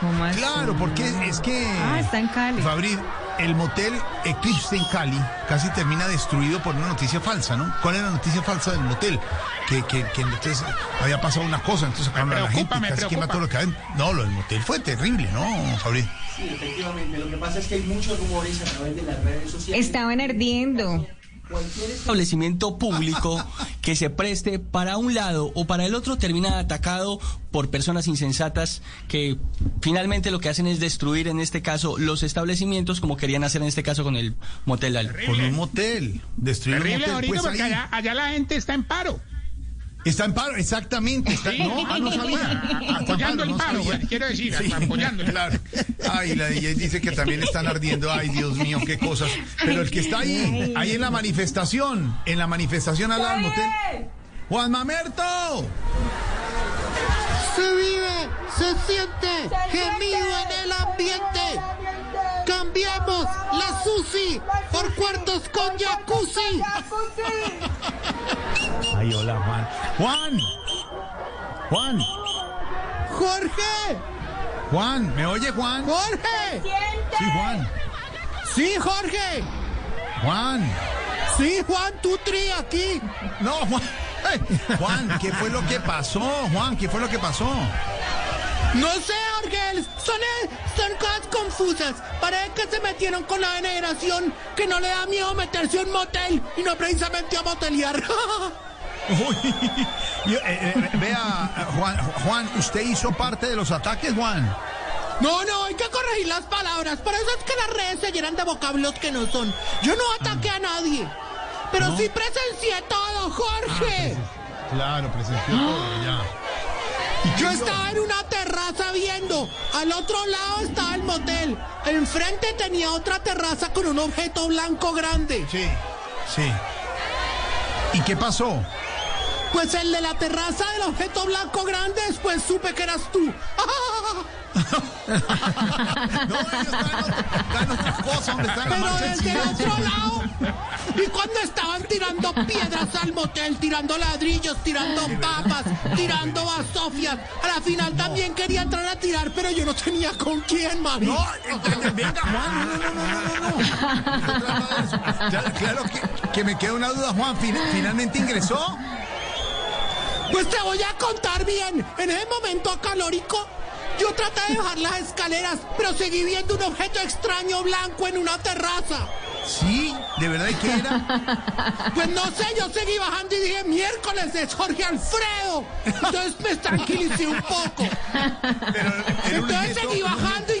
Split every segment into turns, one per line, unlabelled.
¿Cómo así?
Claro, porque es que.
Ah, está en Cali.
Fabri, el motel Eclipse en Cali casi termina destruido por una noticia falsa, ¿no? ¿Cuál era la noticia falsa del motel? Que, que, que entonces había pasado una cosa, entonces sacaron a la gente,
preocupa, me
casi que
preocupa.
mató lo que había- No, lo del motel fue terrible, ¿no, Fabri?
Sí, efectivamente. Lo que pasa es que hay muchos rumores a través de las redes sociales.
Estaban ardiendo.
Cualquier
establecimiento público que se preste para un lado o para el otro termina atacado por personas insensatas que finalmente lo que hacen es destruir en este caso los establecimientos como querían hacer en este caso con el motel Lalo.
Con un motel. Destruir un
Terrible,
motel.
ahorita,
pues,
porque
ahí.
allá, allá la gente está en paro.
Está en paro, exactamente. está- No, ah, no sabía. Ah, está en
Apoyando el
no
paro,
sabía.
quiero decir,
Sí,
apoyando.
Claro. Ay, la DJ dice que también están ardiendo. Ay, Dios mío, qué cosas. Pero el que está ahí, ahí en la manifestación, en la manifestación al lado del motel. Juan Mamerto.
Se vive, se siente, gemido en el ambiente. Cambiamos la sushi por cuartos con jacuzzi.
Ay, hola, Juan. Juan. Juan.
Jorge,
Juan. ¿Me oye, Juan?
Jorge,
Sí, Juan.
sí Jorge,
Juan.
sí Juan Tutri aquí.
No, Juan. Ay, Juan, ¿qué fue lo que pasó? Juan, ¿qué fue lo que pasó?
No sé Jorge, son, eh, son cosas confusas. Parece que se metieron con la generación que no le da miedo meterse a un motel y no precisamente a motelear.
Uy, yo, eh, eh, vea, eh, Juan, Juan, usted hizo parte de los ataques, Juan.
No, no, hay que corregir las palabras. Por eso es que las redes se llenan de vocablos que no son. Yo no ataqué a nadie. Pero sí presencié todo,
Ah,
Jorge.
Claro, presenció todo ya.
Yo estaba en una terraza viendo. Al otro lado estaba el motel. Enfrente tenía otra terraza con un objeto blanco grande.
Sí, sí. ¿Y qué pasó?
Pues el de la terraza del objeto blanco grande, después supe que eras tú.
No, están otras cosas, hombre, están
Pero desde el otro lado. Y cuando estaban tirando piedras al motel, tirando ladrillos, tirando papas, tirando basofias. A la final también quería entrar a tirar, pero yo no tenía con quién, mami.
No, eh, venga, Juan, no, no, no, no, no, no. No se trata de eso. Ya, Claro que, que me queda una duda, Juan. fin- ¿Finalmente ingresó?
Pues te voy a contar bien. En ese momento calórico, yo traté de bajar las escaleras, pero seguí viendo un objeto extraño blanco en una terraza.
Sí, ¿de verdad ¿Y qué era?
Pues no sé, yo seguí bajando y dije, miércoles es Jorge Alfredo. Entonces me tranquilicé un poco.
Pero era un
Entonces
objeto-
seguí bajando y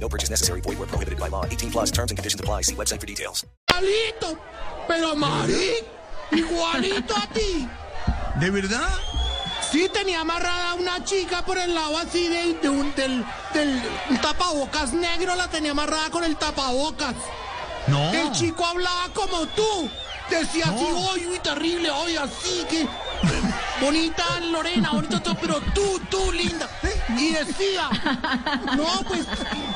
No purchase necessary. Void where prohibited by law. 18 plus terms and conditions apply. See website for details.
Igualito, pero Mari, igualito a ti.
¿De verdad?
Sí, tenía amarrada a una chica por el lado así del, de un, del, del un tapabocas negro, la tenía amarrada con el tapabocas.
No.
El chico hablaba como tú. Decía así, hoy, uy, terrible, hoy, así que. Bonita Lorena, bonita todo, pero tú, tú, linda. Y decía, no, pues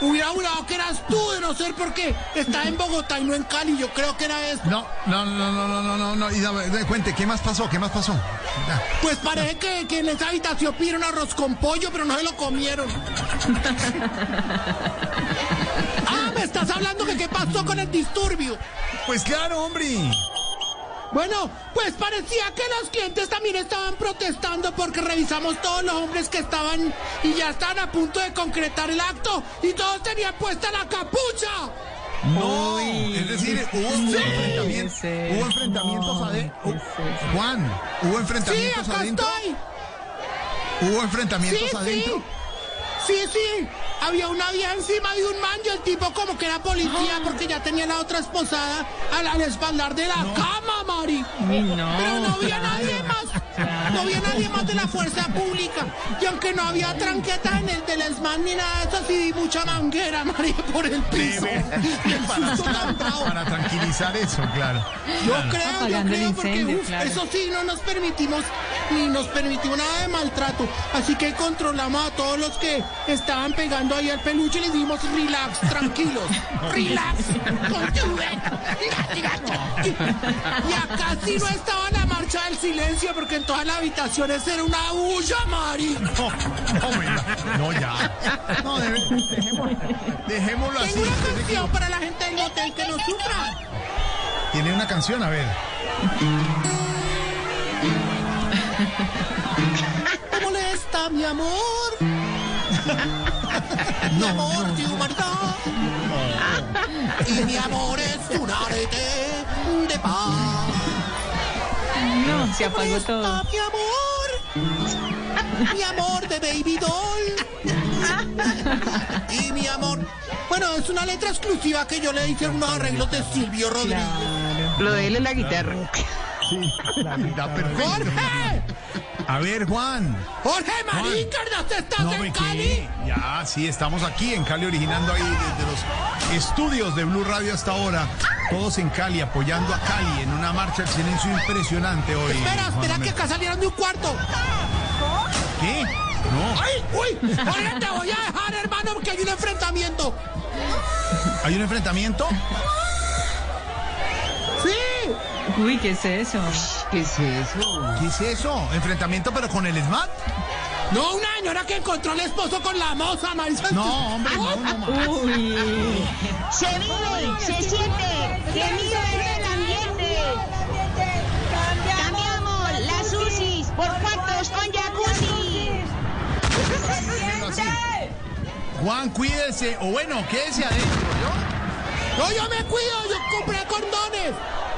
hubiera jurado que eras tú, de no ser porque está en Bogotá y no en Cali. Yo creo que era esto.
No, no, no, no, no, no, no, no. Y dame- dame, cuente, ¿qué más pasó? ¿Qué más pasó? Ah,
Pues parece que, que en esa habitación pidieron arroz con pollo, pero no se lo comieron. ah, me estás hablando que qué pasó con el disturbio.
Pues claro, hombre.
Bueno, pues parecía que los clientes también estaban protestando porque revisamos todos los hombres que estaban y ya estaban a punto de concretar el acto y todos tenían puesta la capucha.
No, es decir, hubo enfrentamientos, hubo enfrentamientos adentro. Juan, hubo
Sí,
enfrentamientos
acá
adentro.
estoy.
Hubo enfrentamientos
Sí,
adentro.
Sí. sí, sí. Había una vieja encima de un man y el tipo como que era policía porque ya tenía la otra esposada al, al espaldar de la cama, Mari. Pero no había nadie más. No había nadie más de la fuerza pública. Y aunque no había tranquetas en el del esman ni nada de eso, sí vi mucha manguera, Mari, por el piso. El
Para,
susto tan bravo.
para tranquilizar eso, claro.
Yo
Claro.
creo, yo
Apagando el
creo, porque
incendio,
uf,
claro.
eso sí, no nos permitimos ni nos permitimos nada de maltrato. Así que controlamos a todos los que estaban pegando ahí al peluche y les dijimos, relax, tranquilos, relax, controlé, gachi, gachi". Y acá sí no estaba la marcha del silencio, porque en todas las habitaciones era una bulla, Mari.
No, venga, no, ya. No, debe- dejémoslo, dejémoslo así.
Tengo una canción para la gente del hotel que no sufra.
Tiene una canción, a ver.
Me molesta, mi amor. mi amor de humanidad. Y mi amor es un arete de paz.
No, se apagó todo.
Ah, mi amor. Mi amor de Baby Doll. Y mi amor. Bueno, es una letra exclusiva que yo le hice a unos arreglos de Silvio Rodríguez.
Lo de él es la guitarra.
Está perfecto.
¡Jorge!
A ver, Juan.
¡Jorge
Juan.
Marícardas, te estás
No me
en Cali!
quede. Ya, sí, estamos aquí en Cali, originando ahí desde los estudios de Blue Radio hasta ahora. Todos en Cali, apoyando a Cali en una marcha del silencio impresionante hoy.
Espera,
Juan
espera que
Manuel.
acá salieron de un cuarto.
¿Qué? No,
¡Ay! ¡Uy! ¡Ahora te voy a dejar, hermano, porque hay un enfrentamiento!
¿hay un enfrentamiento?
¡Sí!
Uy, ¿qué es eso?
¿Qué es eso?
¿Qué es eso? ¿Enfrentamiento pero con el SMAT?
No, una señora que encontró al esposo con la moza, Marisol.
No, hombre,
Ah,
no, no más.
Uy.
Se vive, se siente, que vive el ambiente. Cambiamos las UCIs por cuartos con jacuzzi.
así. Juan, cuídese. O bueno, quédese adentro.
No, yo me cuido, yo compré condones.